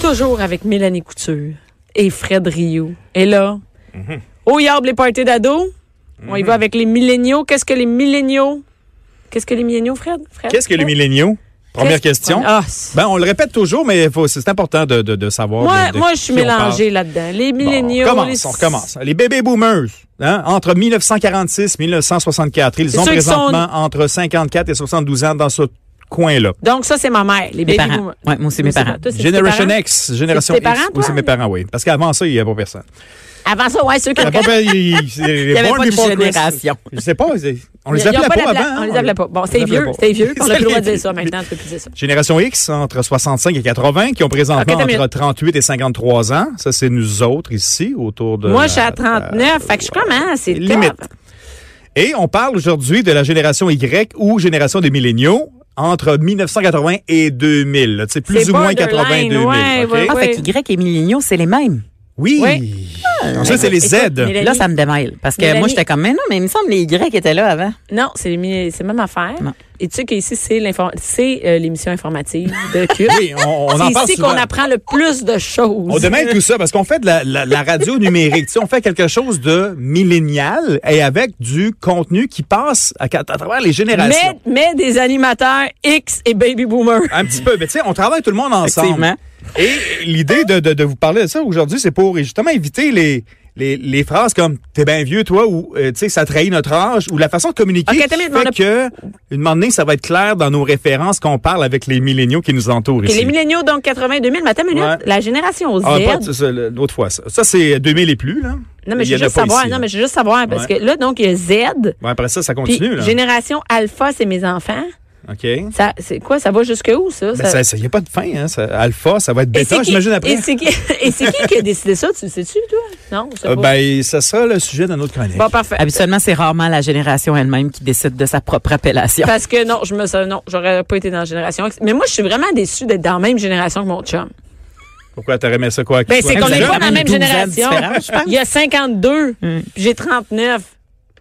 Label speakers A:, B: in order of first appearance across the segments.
A: toujours avec Mélanie Couture et Fred Rio. Et là,
B: Mhm.
A: au Yarb, les parties d'ados, on y va avec les milléniaux. Qu'est-ce que les milléniaux? Qu'est-ce que les milléniaux, Fred? Fred?
B: Qu'est-ce que les
A: Fred?
B: milléniaux? Première
A: Qu'est-ce-
B: question.
A: Ah, c'est-
B: Ben, on le répète toujours, mais faut- c'est important de, de- de savoir.
A: moi,
B: de- de
A: moi, je
B: qui
A: suis
B: ben, on parle.
A: mélangée là-dedans. Les milléniaux.
B: Bon, on
A: les-
B: recommence, on recommence. Les bébés boomers, hein, entre 1946 et 1964, ils
A: C'est
B: ont
A: ceux qui sont-
B: présentement entre 54 et 72 ans dans ce coin-là.
A: Donc, ça, c'est ma mère, les
C: Mes
A: baby
C: parents.
A: boomers.
C: Ouais, moi aussi,
A: Nous,
C: mes
A: c'est
C: parents.
A: pas- toi, c'est tes
B: Generation
A: parents?
B: X, Génération
A: C'est tes parents,
B: X. Oui, c'est
A: toi?
B: mes parents, oui. Parce qu'avant ça, il n'y avait pas personne.
A: Avant ça, ouais, ceux qui
B: Il n'y
C: Il y avait
B: avait
C: pas de génération.
B: Je sais pas, c'est- on les
A: Ils ont
B: appelait
A: pas
B: pas,
A: la pla-
B: avant. hein,
A: On les appelait pas. Bon,
B: les
A: c'est
B: appelait
A: vieux,
B: pas.
A: c'est vieux. On a plus le droit de
B: C'est
A: dire ça
B: vieux.
A: maintenant, tu peux plus dire ça.
B: Génération X, entre 65 et 80, qui ont présentement
A: Ok, t'as
B: entre
A: mieux.
B: 38 et 53 ans. Ça, c'est nous autres ici, autour de...
A: Moi,
B: la-
A: je suis à 39, fait que je commence, c'est
B: Limite.
A: top.
B: Et on parle aujourd'hui de la génération Y ou génération des milléniaux entre 1980 et 2000. là. Tu sais, plus
A: C'est
B: ou moins 80
A: borderline,
B: 2000.
A: ouais,
B: ok?
A: ouais,
C: Ah,
A: ouais.
C: fait que Y et milléniaux, c'est les mêmes.
B: Oui.
A: Oui.
B: Donc ça, c'est les Z.
A: Écoute, Mélanie-
C: Là, ça me démêle. Parce que
A: Mélanie-
C: moi, j'étais comme, mais non, mais il me semble que les Y étaient là avant.
A: Non, c'est les mi- c'est la même affaire.
C: Non.
A: Et tu sais qu'ici, c'est l'infor- c'est, euh, l'émission informative de Cube.
B: Oui, on, on en
A: C'est
B: parle
A: ici
B: souvent.
A: qu'on apprend le plus de choses.
B: On demande tout ça parce qu'on fait de la, la- la radio numérique. Tu sais, on fait quelque chose de millénial et avec du contenu qui passe à, à travers les générations.
A: mais, mais des animateurs X et Baby Boomer.
B: Un petit peu. Mais tu sais, on travaille tout le monde ensemble.
C: Effectivement.
B: Et l'idée de, de- de vous parler de ça aujourd'hui, c'est pour justement éviter les, les, les phrases comme t'es bien vieux, toi, ou euh, tu sais, ça trahit notre âge, ou la façon de communiquer
A: Ok,
B: qui
A: attends, mais
B: fait
A: on a-
B: que, une moment donné, ça va être clair dans nos références qu'on parle avec les milléniaux qui nous entourent
A: Et
B: ici.
A: les milléniaux, donc 82 000, mais attends une minute,
B: Ouais.
A: la génération Z.
B: Ah, pas de- ça, le- l'autre fois, ça. Ça, c'est 2000 et plus, là.
A: non, mais
B: Il
A: je
B: y
A: veux
B: en a
A: juste
B: pas
A: savoir,
B: ici,
A: non,
B: là.
A: mais je veux juste savoir, parce
B: Ouais.
A: que là, donc, il y a Z,
B: Bon, après ça, ça
A: puis
B: continue, là.
A: génération Alpha, c'est mes enfants.
B: OK. Ben,
A: Ça, c'est quoi, ça va jusque où, ça? Ça-
B: ça, ça y a pas de fin, hein. Ça- alpha, ça va être
A: Et c'est
B: bêta,
A: qui-
B: j'imagine,
A: Et
B: après.
A: c'est qui, et c'est qui qui a décidé ça? Tu le sais-tu, toi? Non, c'est
B: Euh,
A: pas.
B: ben, ça sera le sujet d'un autre chronique.
A: bon, parfait.
C: Habituellement, c'est rarement la génération elle-même qui décide de sa propre appellation.
A: Parce que non, je me ça, non, j'aurais pas été dans la génération X. Mais moi, je suis vraiment déçue d'être dans la même génération que mon chum.
B: Pourquoi t'aurais aimé ça, quoi? que
A: Ben,
B: soit
A: c'est
B: plus
A: qu'on
C: vous
A: n'est
C: avez
A: pas
B: jeune?
C: quand
A: dans la
C: même
A: même
C: 12 ans de
A: génération.
C: différence, je pense.
A: Il y a 52,
B: Hmm.
A: puis j'ai 39.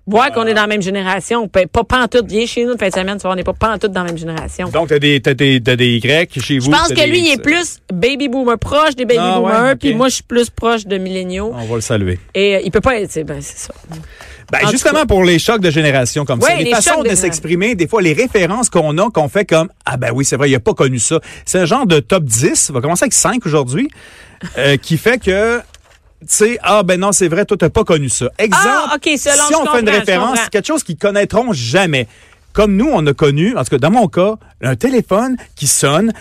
A: Voir qu'on est dans la même génération, puis pas pantoute. Viens chez nous une fin de semaine, tu vois, on n'est pas pantoute dans la même génération.
B: Donc, t'as des, t'as des, t'as des Y chez
A: Je
B: vous.
A: pense
B: t'as
A: que
B: des- euh.
A: lui, il est plus baby boomer, proche des baby
B: Ah, ouais,
A: boomers,
B: ok.
A: puis moi, je suis plus proche de milléniaux.
B: On va le saluer.
A: Et euh, il peut pas être, c'est- ben, c'est ça.
B: Ben,
A: En tout
B: justement, pour les chocs de génération comme ça,
A: Ouais,
B: les,
A: les
B: façons
A: chocs
B: de
A: de-
B: s'exprimer, des fois, les références qu'on a, qu'on fait comme Ah, ben oui, c'est vrai, il a pas connu ça. C'est un genre de top 10, on va commencer avec 5 aujourd'hui, euh, qui fait que. Tu sais, ah ben non, c'est vrai, toi, t'as pas connu ça. Exemple,
A: Ah, OK, selon,
B: si
A: je
B: on fait une
A: comprends, je
B: référence,
A: comprends.
B: quelque chose qu'ils connaîtront jamais. Comme nous, on a connu, en tout cas, dans mon cas, un téléphone qui sonne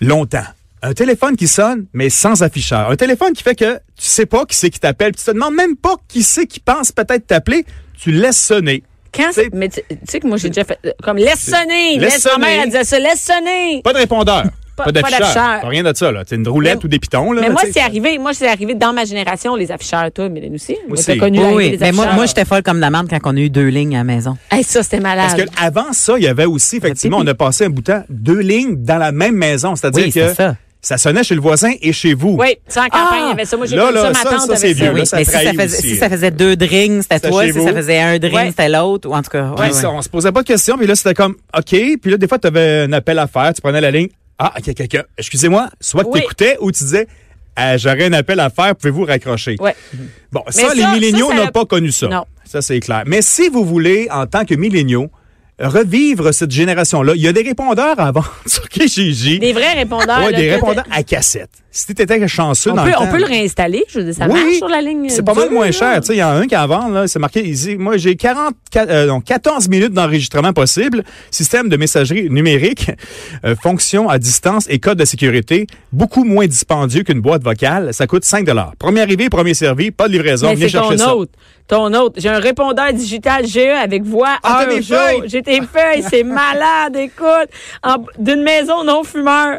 B: longtemps. Un téléphone qui sonne, mais sans afficheur. Un téléphone qui fait que tu sais pas qui c'est qui t'appelle, puis tu te demandes même pas qui c'est qui pense peut-être t'appeler, tu laisses sonner.
A: Quand
B: C'est-
A: c'est. Mais tu tu sais que moi, j'ai déjà fait. euh, Comme, laisse sonner!
B: Laisse
A: Laisse ma
B: sonner.
A: mère, elle disait ça, laisse sonner!
B: Pas de répondeur,
A: Pas-
B: pas
A: pas
B: d'afficheur,
A: d'afficheur.
B: pas rien de ça là, c'est une roulette
A: Mais-
B: ou des pitons là.
A: Mais moi,
B: tu sais.
A: c'est arrivé. Moi, c'est arrivé dans ma génération, les afficheurs, toi, Mélène aussi. Moi,
B: aussi.
A: t'as connu
C: Oui,
A: l'arrivée
C: oui.
A: des
C: Mais moi,
A: afficheurs.
C: moi j'étais folle comme la merde quand on a eu deux lignes à la maison.
A: Hey, ça, c'était malade.
B: Parce que avant ça, il y avait aussi, effectivement, on a passé un bout de temps, deux lignes dans la même maison. C'est-à-dire
C: Oui, c'est
B: que
C: ça.
B: sonnait chez le voisin et chez vous.
A: Oui, tu sais, en campagne, il y avait ça. Moi, j'ai
B: Là,
A: connu
B: là,
A: ça, ma
B: ça,
A: tante
B: ça,
A: avait
B: c'est vieux,
A: ça.
B: là,
A: Oui.
B: ça
C: Ben mais si ça,
B: trahit
C: faisait,
B: aussi.
C: si ça faisait deux drinks, c'était
B: C'était
C: toi.
B: chez
C: Si
B: vous.
C: ça faisait un drink,
A: Ouais.
C: c'était l'autre. Ou en tout cas, ouais,
B: Puis
C: ouais.
B: ça, on se posait pas de questions, puis là, c'était comme, OK. Puis là, des fois, tu avais un appel à faire, tu prenais la ligne. Ah, il y a quelqu'un. Excusez-moi. Soit que
A: Oui.
B: t'écoutais ou tu disais, Ah, j'aurais un appel à faire, pouvez-vous raccrocher?
A: Ouais.
B: Bon, ça,
A: ça,
B: les
A: ça,
B: milléniaux
A: ça-
B: n'ont pas connu ça.
A: Non.
B: Ça, c'est clair. Mais si vous voulez, en tant que milléniaux, revivre cette génération-là, il y a des répondeurs avant sur Kijiji.
A: Des vrais répondeurs.
B: Ouais,
A: là,
B: des
A: que-
B: répondants à cassette. Si tu étais chanceux
A: On
B: dans
A: peut,
B: le temps.
A: on peut le réinstaller, je veux dire, ça marche
B: Oui,
A: sur la ligne.
B: C'est pas
A: dure,
B: mal moins
A: là.
B: cher. Tu sais, Il y en a un qui avant, là, c'est marqué, il dit, moi j'ai 40, euh, non, 14 minutes d'enregistrement possible, système de messagerie numérique, euh, fonction à distance et code de sécurité, beaucoup moins dispendieux qu'une boîte vocale. Ça coûte 5 Premier arrivé, premier servi, pas de livraison,
A: Mais
B: venez
A: c'est
B: chercher
A: ton
B: ça.
A: autre. Ton autre. J'ai un répondeur digital GE avec voix.
B: Ah,
A: heure,
B: t'as mes
A: jour.
B: feuilles.
A: J'ai tes feuilles, c'est malade, écoute. En- D'une maison non fumeur.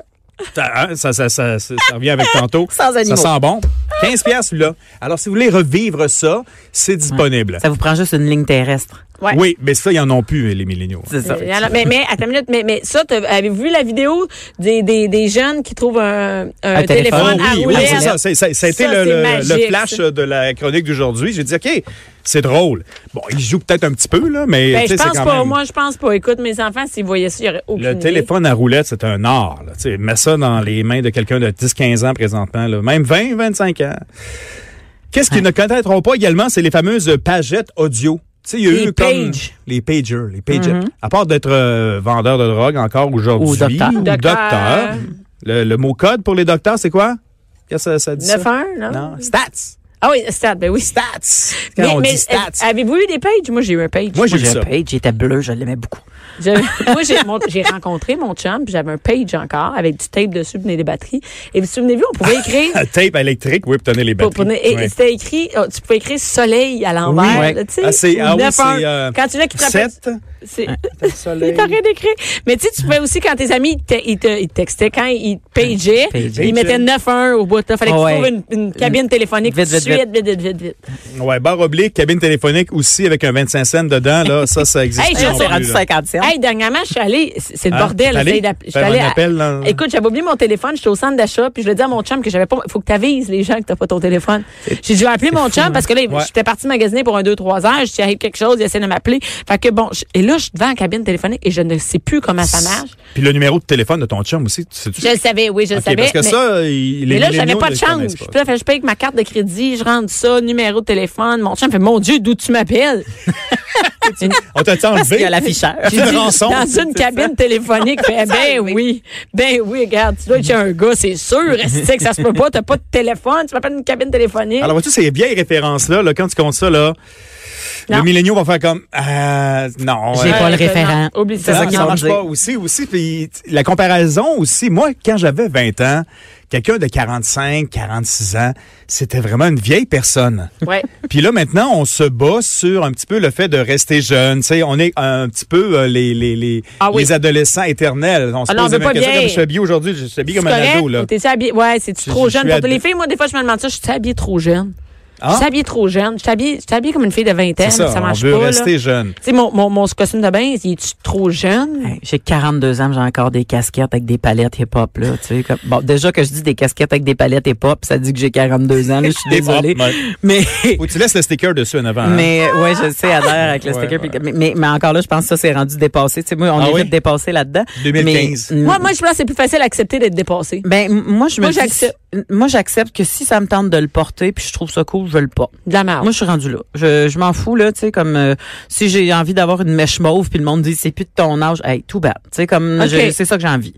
B: T'as- hein, Ça, ça, ça, ça- ça revient avec tantôt.
C: Sans
B: ça
C: animaux.
B: sent bon. 15 celui-là. Alors, si vous voulez revivre ça, c'est disponible.
C: Ça vous prend juste une ligne terrestre.
A: Ouais.
B: Oui, mais ça, ils en ont plus, les milléniaux. hein.
C: C'est ça.
A: Mais, alors, mais, mais, attends une minute, mais, mais ça, t'as- avez-vous vu la vidéo des, des, des jeunes qui trouvent un, un téléphone,
C: téléphone.
B: Ah
A: à
B: oui, oui,
A: roulette?
B: c'est ça. C'est- ça. ça a été
A: Ça,
B: le,
A: c'est
B: le- le
A: magique,
B: flash
A: ça.
B: de la chronique d'aujourd'hui. J'ai dit, OK, C'est drôle. Bon, ils jouent peut-être un petit peu, là, mais.
A: Ben,
B: tu
A: je
B: sais, c'est
A: pense
B: quand
A: pas.
B: même-
A: Moi, je pense pas. Écoute, mes enfants, s'ils voyaient ça, il y aurait aucune
B: Le
A: idée.
B: téléphone à roulette, c'est un art. Là. Tu sais, Mets ça dans les mains de quelqu'un de 10-15 ans présentement, là. même 20-25 ans. Qu'est-ce
A: Ah.
B: qu'ils ne connaîtront pas également, c'est les fameuses pagettes audio. Tu sais, il y a
A: Les
B: eu comme-
A: pages. Mm-hmm.
B: les pagers, les pagettes. À part d'être euh, vendeur de drogue encore aujourd'hui,
C: Ou docteur.
A: Docteur.
B: docteur, le, le mot code pour les docteurs, c'est quoi? Qu'est-ce que ça, ça dit? ça?
A: 9-1, non?
B: Non, stats.
A: Ah oui, stats, ben oui.
B: Stats. Quand
A: Mais,
B: on
A: mais euh,
B: dit stats.
A: a- avez-vous eu des pages? Moi, j'ai eu un page.
B: Moi, j'ai vu
C: Moi, j'ai
B: ça.
C: un page, j'étais bleu, je l'aimais beaucoup.
A: J'avais- Moi, j'ai, mon- j'ai rencontré mon chum, puis j'avais un page encore avec du tape dessus, puis des batteries. Et vous vous souvenez-vous, on pouvait écrire.
B: Un tape électrique, oui, pour tenir les
A: euh, pour-
B: Ah, batteries.
A: pour- et,
B: Ouais.
A: et c'était écrit, oh, tu pouvais écrire soleil à l'envers,
B: Oui, ouais.
A: là, tu sais.
B: Ah, c'est-
A: ou
B: ah oui,
A: 9-1.
B: c'est, euh,
A: Quand tu l'as qui te rappelle-
B: Sept.
A: c'est-
B: soleil.
A: Il t'a rien décrit. Mais tu sais, tu pouvais aussi, quand tes amis, ils te, ils te- ils te textaient, quand ils te pageaient,
C: Pageaient.
A: ils mettaient 9-1 au bout. Il fallait que
C: Ouais.
A: tu trouves une, une cabine téléphonique
C: Vite,
A: tout de
C: vite, vite.
A: suite, vite, vite, vite, vite.
B: Ouais, barre oblique, cabine téléphonique aussi avec un 25 cents dedans, là, ça, ça existe.
A: Hey,
B: non
A: je
B: plus,
A: sais,
C: C'est rendu
B: là.
C: 50 cents.
A: Hey, dernièrement, je suis allée, c'est c'est le
B: Hein?
A: bordel.
B: T'es allée?
A: j'essaie d'app- Je suis
B: Faire
A: allée
B: un
A: à-
B: appel, hein. là?
A: Écoute, j'avais oublié mon téléphone, j'étais au centre d'achat, puis je le dis à mon chum que j'avais pas faut que tu avises les gens que t'as pas ton téléphone. J'ai dû appeler mon chum parce que là,
B: hein. Ouais.
A: j'étais parti magasiner pour un 2 3 heures, j'étais arrive quelque chose, il essaie de m'appeler. Fait que bon, je- et là je suis devant la cabine téléphonique et je ne sais plus comment ça marche.
B: Puis le numéro de téléphone de ton chum aussi, tu sais-tu?
A: hein? Je le savais, oui, je le
B: Ok,
A: savais.
B: Parce que
A: mais-
B: ça, il
A: mais
B: les
A: là, j'avais
B: milléniaux
A: pas
B: ne
A: de
B: le
A: change.
B: connaissent pas.
A: Puis là, fait que je paye avec ma carte de crédit, je rentre ça, numéro de téléphone. Mon chum fait, mon Dieu, d'où tu m'appelles? Une-
B: On t'a
C: Il y a
B: enlevé.
C: l'afficheur.
A: J'ai
B: Une
A: dit,
B: rançon.
A: dans une cabine téléphonique. Fait, ben oui, ben oui, regarde, tu dois être chez un gars, c'est sûr. Est-ce que ça se peut pas? T'as pas de téléphone, tu m'appelles une cabine téléphonique.
B: Alors, vois-tu, ces vieilles références-là, là, quand tu comptes ça, là,
A: Non.
B: le milléniaux va faire comme, ah, non.
C: J'ai
B: euh,
C: pas le
A: Euh,
C: référent.
A: non, oublie
C: C'est
A: ça.
C: ça
B: ça,
C: qu'ils
B: ça
C: vont
B: marche
C: dire.
B: pas aussi, aussi. Puis t- la comparaison aussi, moi, quand j'avais 20 ans, quelqu'un de 45, 46 ans, c'était vraiment une vieille personne.
A: Ouais.
B: Puis là, maintenant, on se bat sur un petit peu le fait de rester jeune. Tu sais, on est un petit peu euh, les, les, les,
A: Ah oui.
B: les adolescents éternels. On se
A: Ah non, on
B: pose
A: veut
B: la même
A: pas
B: question.
A: vieille.
B: Comme je suis habillé aujourd'hui, je suis habillé comme un
A: correct?
B: ado. Là.
A: Ou t'es-tu habillé? Ouais, c'est
B: Je-
A: trop
B: je
A: jeune.
B: suis
A: Pour
B: ad-
A: les filles, moi, des fois, je me demande ça, je suis habillée trop jeune. Je
B: Ah,
A: suis habillée trop jeune. Je suis habillée, je suis habillée comme une fille de 20 ans.
B: c'est ça,
A: Ça marche
B: on veut
A: pas. là.
B: rester jeune.
A: Tu sais, mon, mon, mon costume de bain, il est-tu trop jeune?
C: Hey, J'ai 42 ans, j'ai encore des casquettes avec des palettes hip-hop. Là, tu sais, comme- bon, déjà que je dis des casquettes avec des palettes hip-hop, ça dit que j'ai 42 ans. là, Je suis désolée.
B: Hip-hop, ouais.
C: Mais,
B: Faut que tu laisses le sticker dessus en avant. hein?
C: mais ouais, je sais, à l'heure avec le
B: Ouais,
C: sticker.
B: ouais.
C: puis- Mais, mais, mais encore là, je pense que ça, c'est rendu dépassé. Tu sais, moi, on
B: Ah
C: est
B: oui?
C: vite dépassé là-dedans.
B: 2015.
C: Mais-
A: Moi, moi, je pense que c'est plus facile d'accepter d'être dépassée.
C: Ben m- moi je me
A: Moi,
C: dis-
A: j'accepte.
C: moi j'accepte que si ça me tente de le porter puis je trouve ça cool, je le porte.
A: De la merde.
C: Moi je suis rendu là. Je, je m'en fous là, tu sais comme euh, si j'ai envie d'avoir une mèche mauve puis le monde dit c'est plus de ton âge, hey, tout bad. Tu sais comme
A: Ok.
C: je- c'est ça que j'ai envie.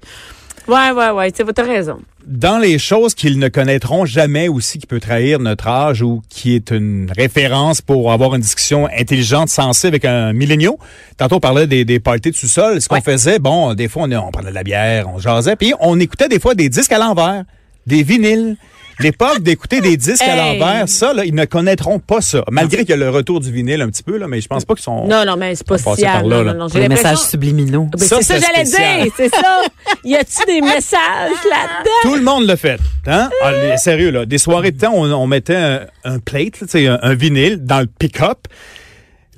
A: Ouais, ouais, ouais. Tu sais, t'as raison.
B: Dans les choses qu'ils ne connaîtront jamais aussi, qui peut trahir notre âge ou qui est une référence pour avoir une discussion intelligente, sensée avec un milléniaux. Tantôt, on parlait des, des parties de sous-sol. Ce qu'on
C: Ouais.
B: faisait, bon, des fois, on, on prenait de la bière, on jasait, puis on écoutait des fois des disques à l'envers, des vinyles. L'époque d'écouter des disques à
A: Hey!
B: l'envers, ça, là, ils ne connaîtront pas ça. Malgré qu'il y a le retour du vinyle un petit peu, là, mais je pense pas qu'ils sont...
A: Non, non, mais c'est pas
B: On
A: si
B: passait par là,
A: non,
B: là.
A: non, non, j'ai
C: Les messages
A: l'impression-
C: subliminaux.
A: Ben,
B: Ça,
A: c'est ça que
B: c'est
A: j'allais
B: spécial.
A: dire, c'est ça. Y a-tu des messages là-dedans?
B: Tout le monde le fait. Hein? Ah, les- sérieux, là. Des soirées de temps, on, on mettait un, un plate, là, tu sais, un, un vinyle dans le pick-up.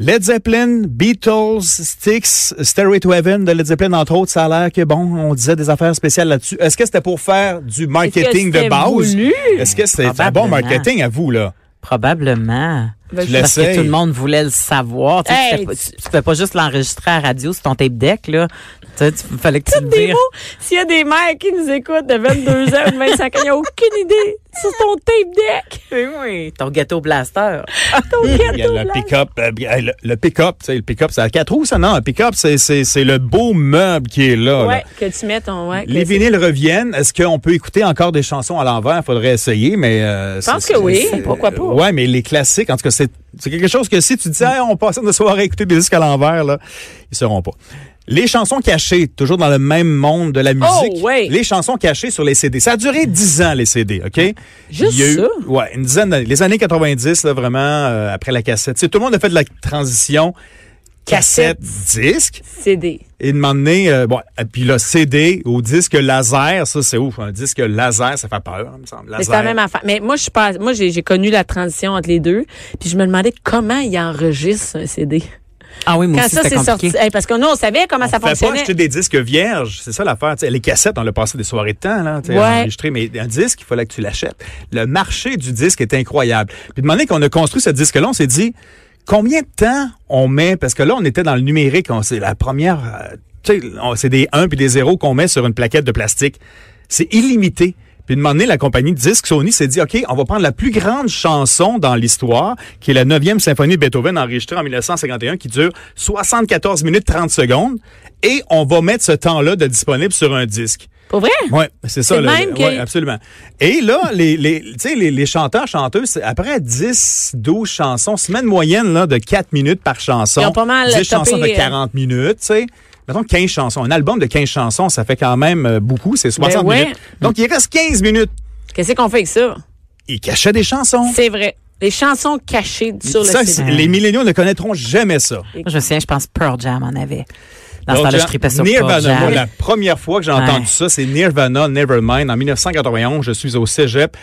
B: Led Zeppelin, Beatles, Styx, Stairway to Heaven de Led Zeppelin, entre autres, ça a l'air que, bon, on disait des affaires spéciales là-dessus. Est-ce que c'était pour faire du marketing
A: Est-ce
B: de
A: que
B: base?
A: c'était voulu?
B: Est-ce que c'était un bon
C: Probablement.
B: marketing à vous, là?
C: Probablement.
A: Ben,
B: Tu
A: je-
B: l'as-
C: Parce que
B: L'essaye.
C: tout le monde voulait le savoir. Tu sais,
A: Hey,
C: tu fais pas-
A: tu-
C: tu tu fais pas juste l'enregistrer à la radio sur ton tape deck, là. Tu sais, tu- fallait que tu le
A: Des
C: dises.
A: mots, s'il y a des mères qui nous écoutent de 22 ans ou de 25 ans, ils n'ont aucune idée. Sur ton tape deck,
C: Oui, ton ghetto blaster.
A: ton
B: Il y a
A: gâteau
B: le
A: blanc.
B: pick-up, euh, le, le pick-up, tu sais, le pick-up, c'est à quatre roues, ça? Non, un pick-up, c'est- c'est c'est le beau meuble qui est là. là.
A: Ouais, que tu mets ton. Ouais, que
B: Les
A: c'est-
B: vinyles reviennent. Est-ce qu'on peut écouter encore des chansons à l'envers? Faudrait essayer, mais... euh,
A: Je pense
B: c'est-
A: que
B: c'est-
A: oui.
B: c'est-
A: Pourquoi pas?
B: Ouais, mais les classiques, en tout cas, c'est c'est quelque chose que si tu dis, Hey, on passe une soirée à écouter des disques à l'envers, là, ils seront pas. Les chansons cachées, toujours dans le même monde de la musique.
A: Oh, ouais.
B: Les chansons cachées sur les CD. Ça a duré 10 ans, les CD, OK?
A: Juste
B: Il y a eu-
A: ça?
B: Ouais, une dizaine d'années. Les années 90, là, vraiment, euh, après la cassette. Tu sais, tout le monde a fait de la transition
A: Cassette.
B: cassette-disque.
A: CD.
B: Et de m'emmener, euh, bon, et puis le CD au disque laser, ça c'est ouf, un disque laser, ça fait peur, il me semble.
A: Mais
B: Laser.
A: c'est la même affaire. Mais moi, je suis pas. Moi, j'ai j'ai connu la transition entre les deux. Puis je me demandais comment ils enregistrent un CD.
C: Ah oui, moi
A: Quand
C: aussi,
A: ça
C: c'était
A: c'est
C: compliqué.
A: sorti. Hey, parce que nous, on savait comment
B: on
A: ça
B: fait pas
A: fonctionnait.
B: acheter des disques vierges, c'est ça l'affaire. tu sais. Les cassettes, on l'a passé des soirées de temps, là, tu sais,
A: Ouais.
B: à enregistrer, mais un disque, il fallait que tu l'achètes. Le marché du disque est incroyable. Puis demander qu'on a construit ce disque-là, on s'est dit, Combien de temps on met, parce que là, on était dans le numérique, on- c'est la première, euh, tu sais, on- c'est des 1 puis des 0 qu'on met sur une plaquette de plastique. C'est illimité. Puis de donné, la compagnie de disques Sony s'est dit, OK, on va prendre la plus grande chanson dans l'histoire, qui est la 9e symphonie de Beethoven enregistrée en 1951, qui dure 74 minutes 30 secondes, et on va mettre ce temps-là de disponible sur un disque.
A: Pour vrai?
B: Oui, c'est ça.
A: C'est le
B: là.
A: même que-
B: Ouais, absolument. Et là, les, les, tu sais, les, les chanteurs, chanteuses, c'est- après 10, 12 chansons, semaine moyenne là, de 4 minutes par chanson,
A: Ils ont pas mal
B: 10 chansons de
A: topé, euh,
B: 40 minutes, tu sais. Mettons 15 chansons. Un album de 15 chansons, ça fait quand même euh, beaucoup, c'est 60
A: Ben ouais.
B: minutes. Donc, il reste 15 minutes.
A: Qu'est-ce qu'on fait avec ça?
B: Ils cachaient des chansons.
A: C'est vrai. Les chansons cachées sur le
B: Ça,
A: CD.
B: c'est- les milléniaux ne connaîtront jamais ça.
C: Moi, je me souviens, je pense Pearl Jam en avait. Dans ce
B: Donc,
C: temps-là, je
B: Jean-
C: tripais sur Pearl
B: Nirvana,
C: Jam.
B: moi, la première fois que j'ai entendu
C: Ouais.
B: ça, c'est Nirvana Nevermind. En 1991, je suis au cégep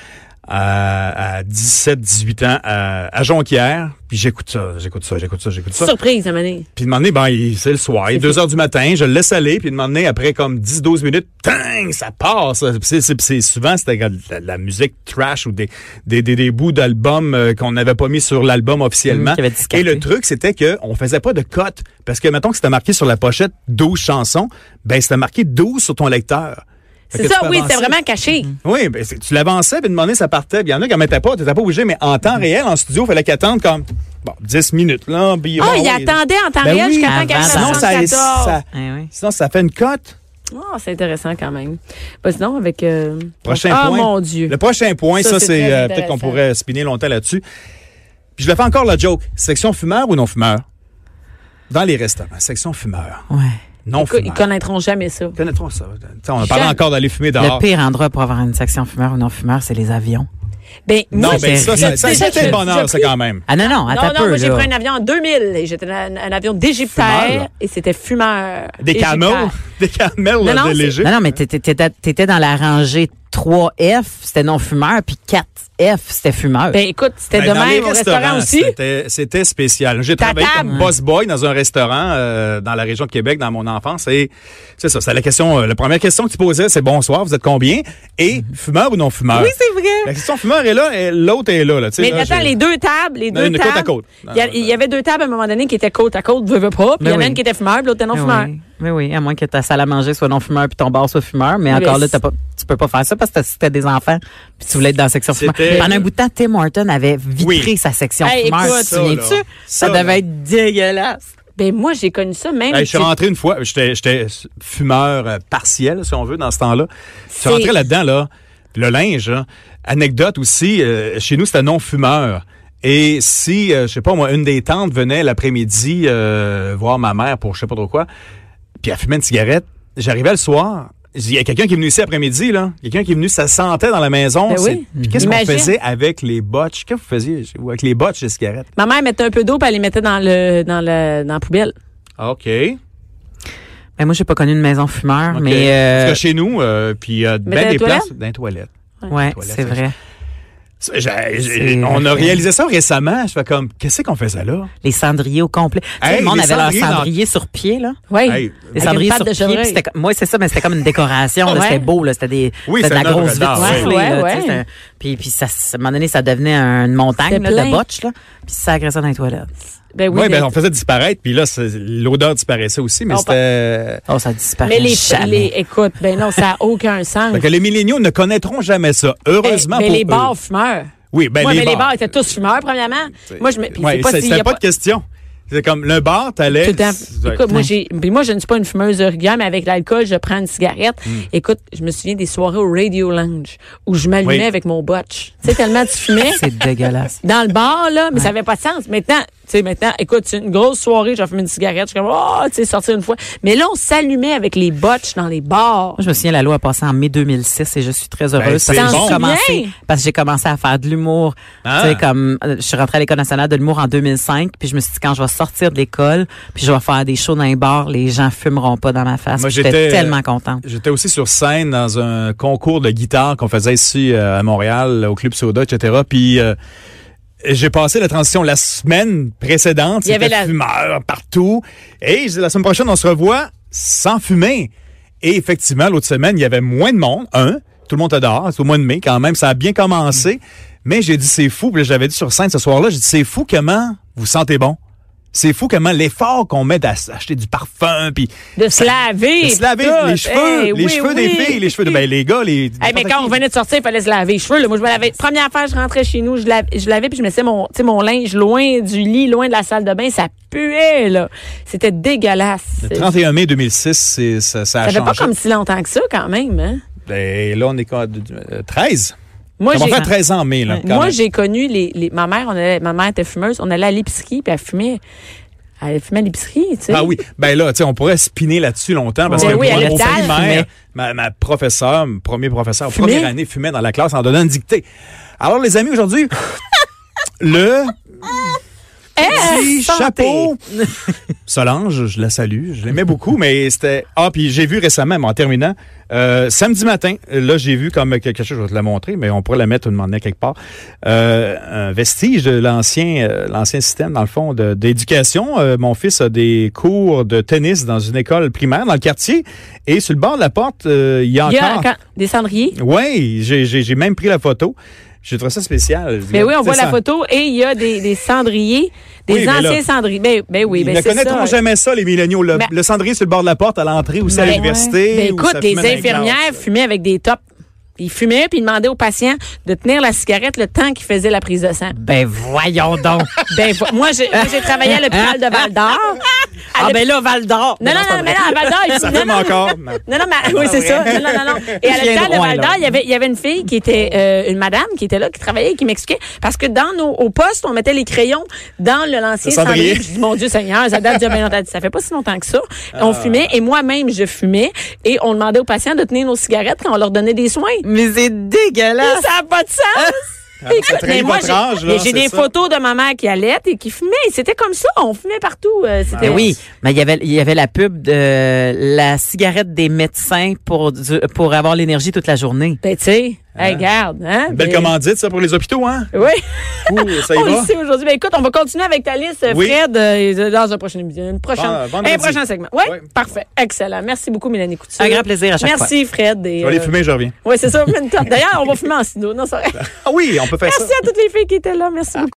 B: à, à 17-18 ans à, à Jonquière. Puis j'écoute ça, j'écoute ça, j'écoute ça, j'écoute ça.
A: Surprise, à mener.
B: Puis de m'emmener, ben, il- c'est le soir, il est 2 heures du matin, je le laisse aller. Puis de m'emmener, après comme 10-12 minutes, tang, ça passe. C'est, c'est- c'est- souvent, c'était de la, la musique trash ou des, des, des, des bouts d'albums euh, qu'on n'avait pas mis sur l'album officiellement.
C: Mmh, qu'il avait
B: Et
C: discardé.
B: le truc, c'était que on faisait pas de cote. Parce que, mettons que c'était marqué sur la pochette 12 chansons, ben, c'était marqué 12 sur ton lecteur. Fait
A: C'est
B: que tu
A: ça,
B: peux
A: oui,
B: avancer.
A: c'est vraiment caché.
B: Oui, ben, c'est- tu l'avançais, puis demander, ça partait. Puis Il y en a qui n'en mettaient pas, tu n'étais pas obligé, mais en temps réel, en studio, il fallait qu'attendre comme, bon, 10 minutes, là. puis
A: Mmh. Ah,
B: bon,
A: il
B: oui.
A: attendait en temps
B: Ben
A: réel
B: oui,
A: jusqu'à temps
C: avant,
A: qu'elle fasse
B: Sinon, ça,
A: 74.
B: ça-
C: Eh oui.
B: sinon, ça fait une cote.
A: Oh, c'est intéressant quand même. Bah, sinon, avec. euh,
B: Prochain
A: Ah,
B: point.
A: mon Dieu.
B: Le prochain point, ça,
A: Ça, c'est
B: c'est
A: très
B: euh, peut-être qu'on
A: intéressant.
B: pourrait spinner longtemps là-dessus. Puis je vais faire encore la joke. Section fumeur ou non fumeur? Dans les restaurants, section fumeur.
C: Ouais.
B: Non
A: Écoute, Ils
B: fumeur.
A: connaîtront jamais ça.
B: Connaîtrons ça. T'sais, on a parlé
A: Jamais.
B: encore d'aller fumer dehors.
C: Le pire endroit pour avoir une section fumeur ou non fumeur, c'est les avions.
A: Ben,
B: non,
A: moi,
B: mais
C: j'ai-
B: ça, ça,
A: j'ai-
B: ça,
A: j'ai-
B: c'était
A: j'ai-
B: le bonheur,
A: j'ai
B: ça,
A: pris-
B: quand même.
C: Ah non, non, attends
A: Non, non,
C: peu,
A: moi, j'ai
C: là.
A: pris un avion en 2000 et j'étais dans un, un avion
B: Fumeur.
A: d'Égyptaire et c'était fumeur.
B: Des camels,
A: Égyptaire.
B: des camels là,
A: Non, non,
B: de
A: c'est-
B: léger.
C: Non, non, mais t'étais- t'étais t'étais dans la rangée 3F, c'était non fumeur, puis 4F, c'était fumeur.
A: Ben, écoute, c'était
B: Ben,
A: de
B: dans les
A: même au restaurant
B: restaurants,
A: aussi.
B: c'était- C'était spécial. J'ai
A: Ta
B: travaillé
A: table.
B: comme boss boy dans un restaurant euh, dans la région de Québec dans mon enfance et c'est ça, c'est la question euh, la première question que tu posais c'est bonsoir, vous êtes combien et
A: Mhm.
B: fumeur ou non fumeur
C: oui, c'est
B: La
C: vrai.
B: question fumeur est là et l'autre est là là, tu sais,
A: Mais
B: là,
A: attends,
B: j'ai-
A: les deux tables, les
B: Non,
A: deux
B: une côte
A: tables.
B: à côte.
A: Il y a- il y, avait deux tables à un moment donné qui étaient côte à côte, veux, veux pas. Puis il y en
C: Ben
A: a
C: oui.
A: une qui était fumeur, puis l'autre était non
C: Mais
A: fumeur.
C: oui, mais oui, à moins que ta salle à manger soit non fumeur, puis ton bar soit fumeur. Mais
A: Mais
C: encore là,
A: c'est-
C: t'as pas, tu peux pas faire ça parce que si t'as des enfants, puis tu voulais être dans la section fumeur.
B: C'était-
C: Pendant un bout de temps, Tim Horton avait vitré
B: Oui.
C: sa section
A: Hey,
C: fumeur.
A: écoute,
C: tu
B: ça,
C: te souviens-tu?
B: là.
C: Ça,
B: Ça, là.
C: devait être dégueulasse.
A: Ben moi, j'ai connu ça même.
B: Hey, je suis
A: tu-
B: rentré une fois, j'étais j'étais fumeur euh, partiel, si on veut, dans ce temps-là. Je suis
A: C'est-
B: rentré là-dedans, là, le linge. hein. Anecdote aussi, euh, chez nous, c'était non-fumeur. Et si, euh, je sais pas moi, une des tantes venait l'après-midi euh, voir ma mère pour je sais pas trop quoi, puis elle fumait une cigarette, j'arrivais le soir... je dis, Il y a quelqu'un qui est venu ici après-midi, là. Quelqu'un qui est venu, ça sentait dans la maison.
A: Ben
B: c'est-
A: oui.
B: Puis qu'est-ce qu'on
A: Imagine.
B: faisait avec les botches? Qu'est-ce que vous faisiez ou avec les botches de cigarettes?
A: Ma mère mettait un peu d'eau, puis elle les mettait dans le dans le dans la poubelle.
B: OK.
C: Ben, moi, j'ai pas connu une maison fumeur,
B: OK.
C: mais,
B: Parce
C: euh,
B: que chez nous, euh, puis euh,
A: Mais dans
B: ben
A: les
B: des places dans les toilettes.
C: euh, ouais,
B: toilettes,
C: c'est
B: ça,
C: vrai.
B: C'est- j'ai- j'ai-
C: C'est-
B: on a réalisé ça récemment. Je fais comme, qu'est-ce qu'on faisait là?
C: Les cendriers au complet. Tu sais,
B: Hey,
C: le monde
B: les
C: avait leur
B: cendriers dans-
C: cendrier sur pied, là.
A: Oui.
B: Hey,
A: Avec
C: Les cendriers
A: une
C: sur
A: patte de
C: pied,
A: chevreuil.
C: puis c'était comme- moi c'est ça mais c'était comme une décoration, là,
A: Ouais.
C: c'était beau là, c'était des
B: Oui,
C: c'était de
B: c'est
C: la
B: un œuvre
C: grosse vitre
B: d'art,
A: ouais.
C: soufflée,
A: Ouais,
C: là, tu sais,
A: ouais.
C: c'était un- puis puis ça à un moment donné ça devenait une montagne
A: C'était
C: là, de
A: plein.
C: botches là, puis ça agressait dans les toilettes.
A: Ben oui.
B: Oui,
A: mais-
B: ben, on faisait disparaître, puis là, c'est- l'odeur disparaissait aussi, mais
A: On
B: c'était.
C: Oh ça disparaît
A: mais les,
C: jamais.
A: les écoute, ben non, ça a aucun sens.
B: Fait que les milléniaux ne connaîtront jamais ça.
A: Eh,
B: Heureusement
A: mais
B: pour
A: les
B: eux.
A: bars fumeurs.
B: Oui, ben
A: Moi,
B: les
A: mais
B: bars.
A: les bars étaient tous fumeurs, premièrement. Moi, je me. puis
B: Ouais,
A: c'est pas
B: c'est-
A: s'il y
B: c'était
A: a
B: pas,
A: pas-
B: de question. C'est comme le bar, t'allais.
A: Tout le temps.
B: Ouais.
A: Écoute, moi, j'ai, puis moi, je ne suis pas une fumeuse de rigueur, mais avec l'alcool, je prends une cigarette.
B: Hmm.
A: Écoute, je me souviens des soirées au Radio Lounge où je m'allumais
B: Oui.
A: avec mon botch. Tu sais, tellement tu fumais.
C: Ah, c'est dégueulasse.
A: Dans le bar, là, mais ça avait pas de sens. Maintenant, tu sais, maintenant, écoute, c'est une grosse soirée, j'ai fumé une cigarette, je suis comme, oh, tu sais, sorti une fois. Mais là, on s'allumait avec les botches dans les bars.
C: Moi, je me souviens, la loi a passé en mai 2006 et je suis très heureuse
B: Ben, c'est
C: parce, que
B: bon.
C: j'ai
B: T'en
A: souviens?
C: commencé, parce que j'ai commencé à faire de l'humour.
B: Ah.
C: Tu sais, comme, euh, je suis rentrée à l'École nationale de l'humour en 2005, puis je me suis dit, quand je vais sortir de l'école, puis je vais faire des shows dans les bars, les gens fumeront pas dans ma face.
B: Moi,
C: Puis J'étais
B: j'étais, euh,
C: tellement contente.
B: J'étais aussi sur scène dans un concours de guitare qu'on faisait ici euh, à Montréal, au Club Soda, etc. Puis euh, j'ai passé la transition la semaine précédente.
A: Il y avait
B: c'était
A: la-
B: fumeur partout. Et je dis, la semaine prochaine, on se revoit sans fumer. Et effectivement, l'autre semaine, il y avait moins de monde. Un, tout le monde était dehors. C'est au mois de mai quand même. Ça a bien commencé. Mais j'ai dit, c'est fou. Puis là, j'avais dit sur scène ce soir-là, j'ai dit, c'est fou comment vous sentez bon. C'est fou comment l'effort qu'on met d'acheter du parfum, puis
A: De se laver.
B: Ben, de se laver
A: tout.
B: les cheveux,
A: Hey,
B: les
A: oui,
B: cheveux
A: oui.
B: des filles, les cheveux de ben, les gars, les.
A: Hey, mais quand on venait de sortir, il fallait se laver les cheveux. là. Moi, je me lavais. Première affaire, je rentrais chez nous, je lavais, je lavais puis je mettais mon, tu sais, mon linge loin du lit, loin de la salle de bain. Ça puait, là. C'était dégueulasse.
B: Le 31 mai 2006, c'est- ça, ça
A: Ça
B: a
A: fait
B: changé.
A: pas comme si longtemps que ça, quand même. hein.
B: Et là, on est quoi, euh, 13.
A: Moi,
B: Ça va
A: j'ai-
B: faire 13 ans en mai, là. quand
A: Moi,
B: même.
A: j'ai connu les, les- ma mère, on allait, ma mère était fumeuse, on allait à l'épicerie puis elle fumait. Elle fumait à l'épicerie, tu sais.
B: Ah oui, ben là, tu sais, on pourrait spinner là-dessus longtemps parce
A: Ben
B: que
A: oui, à
B: moi, mon
A: l'hôpital,
B: primaire,
C: fumait.
B: ma, ma professeure, mon premier professeur,
A: Fumait.
B: première année, fumait dans la classe en donnant une dictée. Alors, les amis, aujourd'hui, le petit
A: Eh, santé.
B: chapeau. Solange, je la salue, je l'aimais beaucoup, mais c'était. Ah, puis j'ai vu récemment, mais en terminant, euh, samedi matin, là, j'ai vu comme quelque chose, je vais te la montrer, mais on pourrait la mettre une manière quelque part. Euh, un vestige de l'ancien euh, l'ancien système, dans le fond, de- d'éducation. Euh, mon fils a des cours de tennis dans une école primaire dans le quartier, et sur le bord de la porte, euh, il y a
A: Il y a
B: encore.
A: quand- des cendriers.
B: Oui, j'ai j'ai- j'ai même pris la photo. J'ai trouvé ça spécial.
A: Mais Ben oui, on voit
B: C'est
A: la
B: ça.
A: photo et il y a des, des cendriers, des
B: Oui, mais là,
A: anciens cendriers. Ben, ben oui, ben
B: Ils ne
A: c'est ça.
B: connaîtront jamais ça, les milléniaux. Le,
A: Mais-
B: le cendrier sur le bord de la porte à l'entrée ou c'est à
A: Ben,
B: l'université.
A: Ben,
B: ou
A: écoute,
B: ça
A: les
B: fumait dans
A: infirmières
B: classes.
A: fumaient avec des tops. Ils fumaient puis ils demandaient aux patients de tenir la cigarette le temps qu'ils faisaient la prise de sang.
C: Ben voyons donc.
A: Ben, vo- moi, j'ai moi, j'ai travaillé à l'hôpital de Val d'Or.
C: ah ben là, Val d'Or.
A: Non, non, non, mais là, à Val d'Or, ils
B: Ça
A: non,
B: fume
A: non,
B: encore. hein,
A: Non, non, mais
B: Ah,
A: oui, c'est ça. Non, non, non, non. Et à
C: Je viens
A: l'hôpital
C: de
A: de
C: Rouen,
A: Val
C: là.
A: d'Or, il y avait, il y avait une fille qui était, euh, une madame qui était là, qui travaillait et qui m'expliquait. Parce que dans nos, au poste, on mettait les crayons dans le lancier
B: Le
A: cendrier.
B: cendrier.
A: Puis Je dis, mon Dieu Seigneur, ça date de bien longtemps. Ça fait pas si longtemps que ça.
B: Ah.
A: On fumait et moi-même, je fumais et on demandait aux patients de tenir nos cigarettes quand on leur donnait des soins.
C: Mais c'est
B: Ah.
C: dégueulasse.
A: Ça n'a pas de sens! Écoute,
B: trahit
A: mais moi,
B: votre
A: j'ai-
B: âge, là,
A: mais j'ai
B: c'est
A: des
B: ça.
A: photos de ma mère qui allait et qui fumait. C'était comme ça. On fumait partout. Euh, C'était
C: Ben oui, mais il y avait il y avait la pub de la cigarette des médecins pour du- pour avoir l'énergie toute la journée.
A: Ben, tu sais, hey, regarde. Hein?
B: Belle
A: Ben,
B: commandite, ça, pour les hôpitaux, hein?
A: Oui.
B: Ouh, ça y
A: On le
B: va.
A: sait aujourd'hui. Ben, écoute, on va continuer avec ta liste, euh,
B: Oui.
A: Fred, euh, dans un prochain émission. Une prochaine,
B: Ah, vendredi.
A: un prochain segment. Oui,
B: Ouais.
A: parfait. Excellent. Merci beaucoup, Mélanie Couture.
C: Un grand plaisir à chaque fois.
A: Merci, Fred. et,
B: Je vais aller
A: euh,
B: fumer, je reviens.
A: Oui, c'est ça. on fume une tarte. D'ailleurs, on va fumer en sino. Non, c'est vrai.
B: Ah oui, on peut faire ça. Ah.
A: Merci à toutes les filles qui étaient là. Merci beaucoup.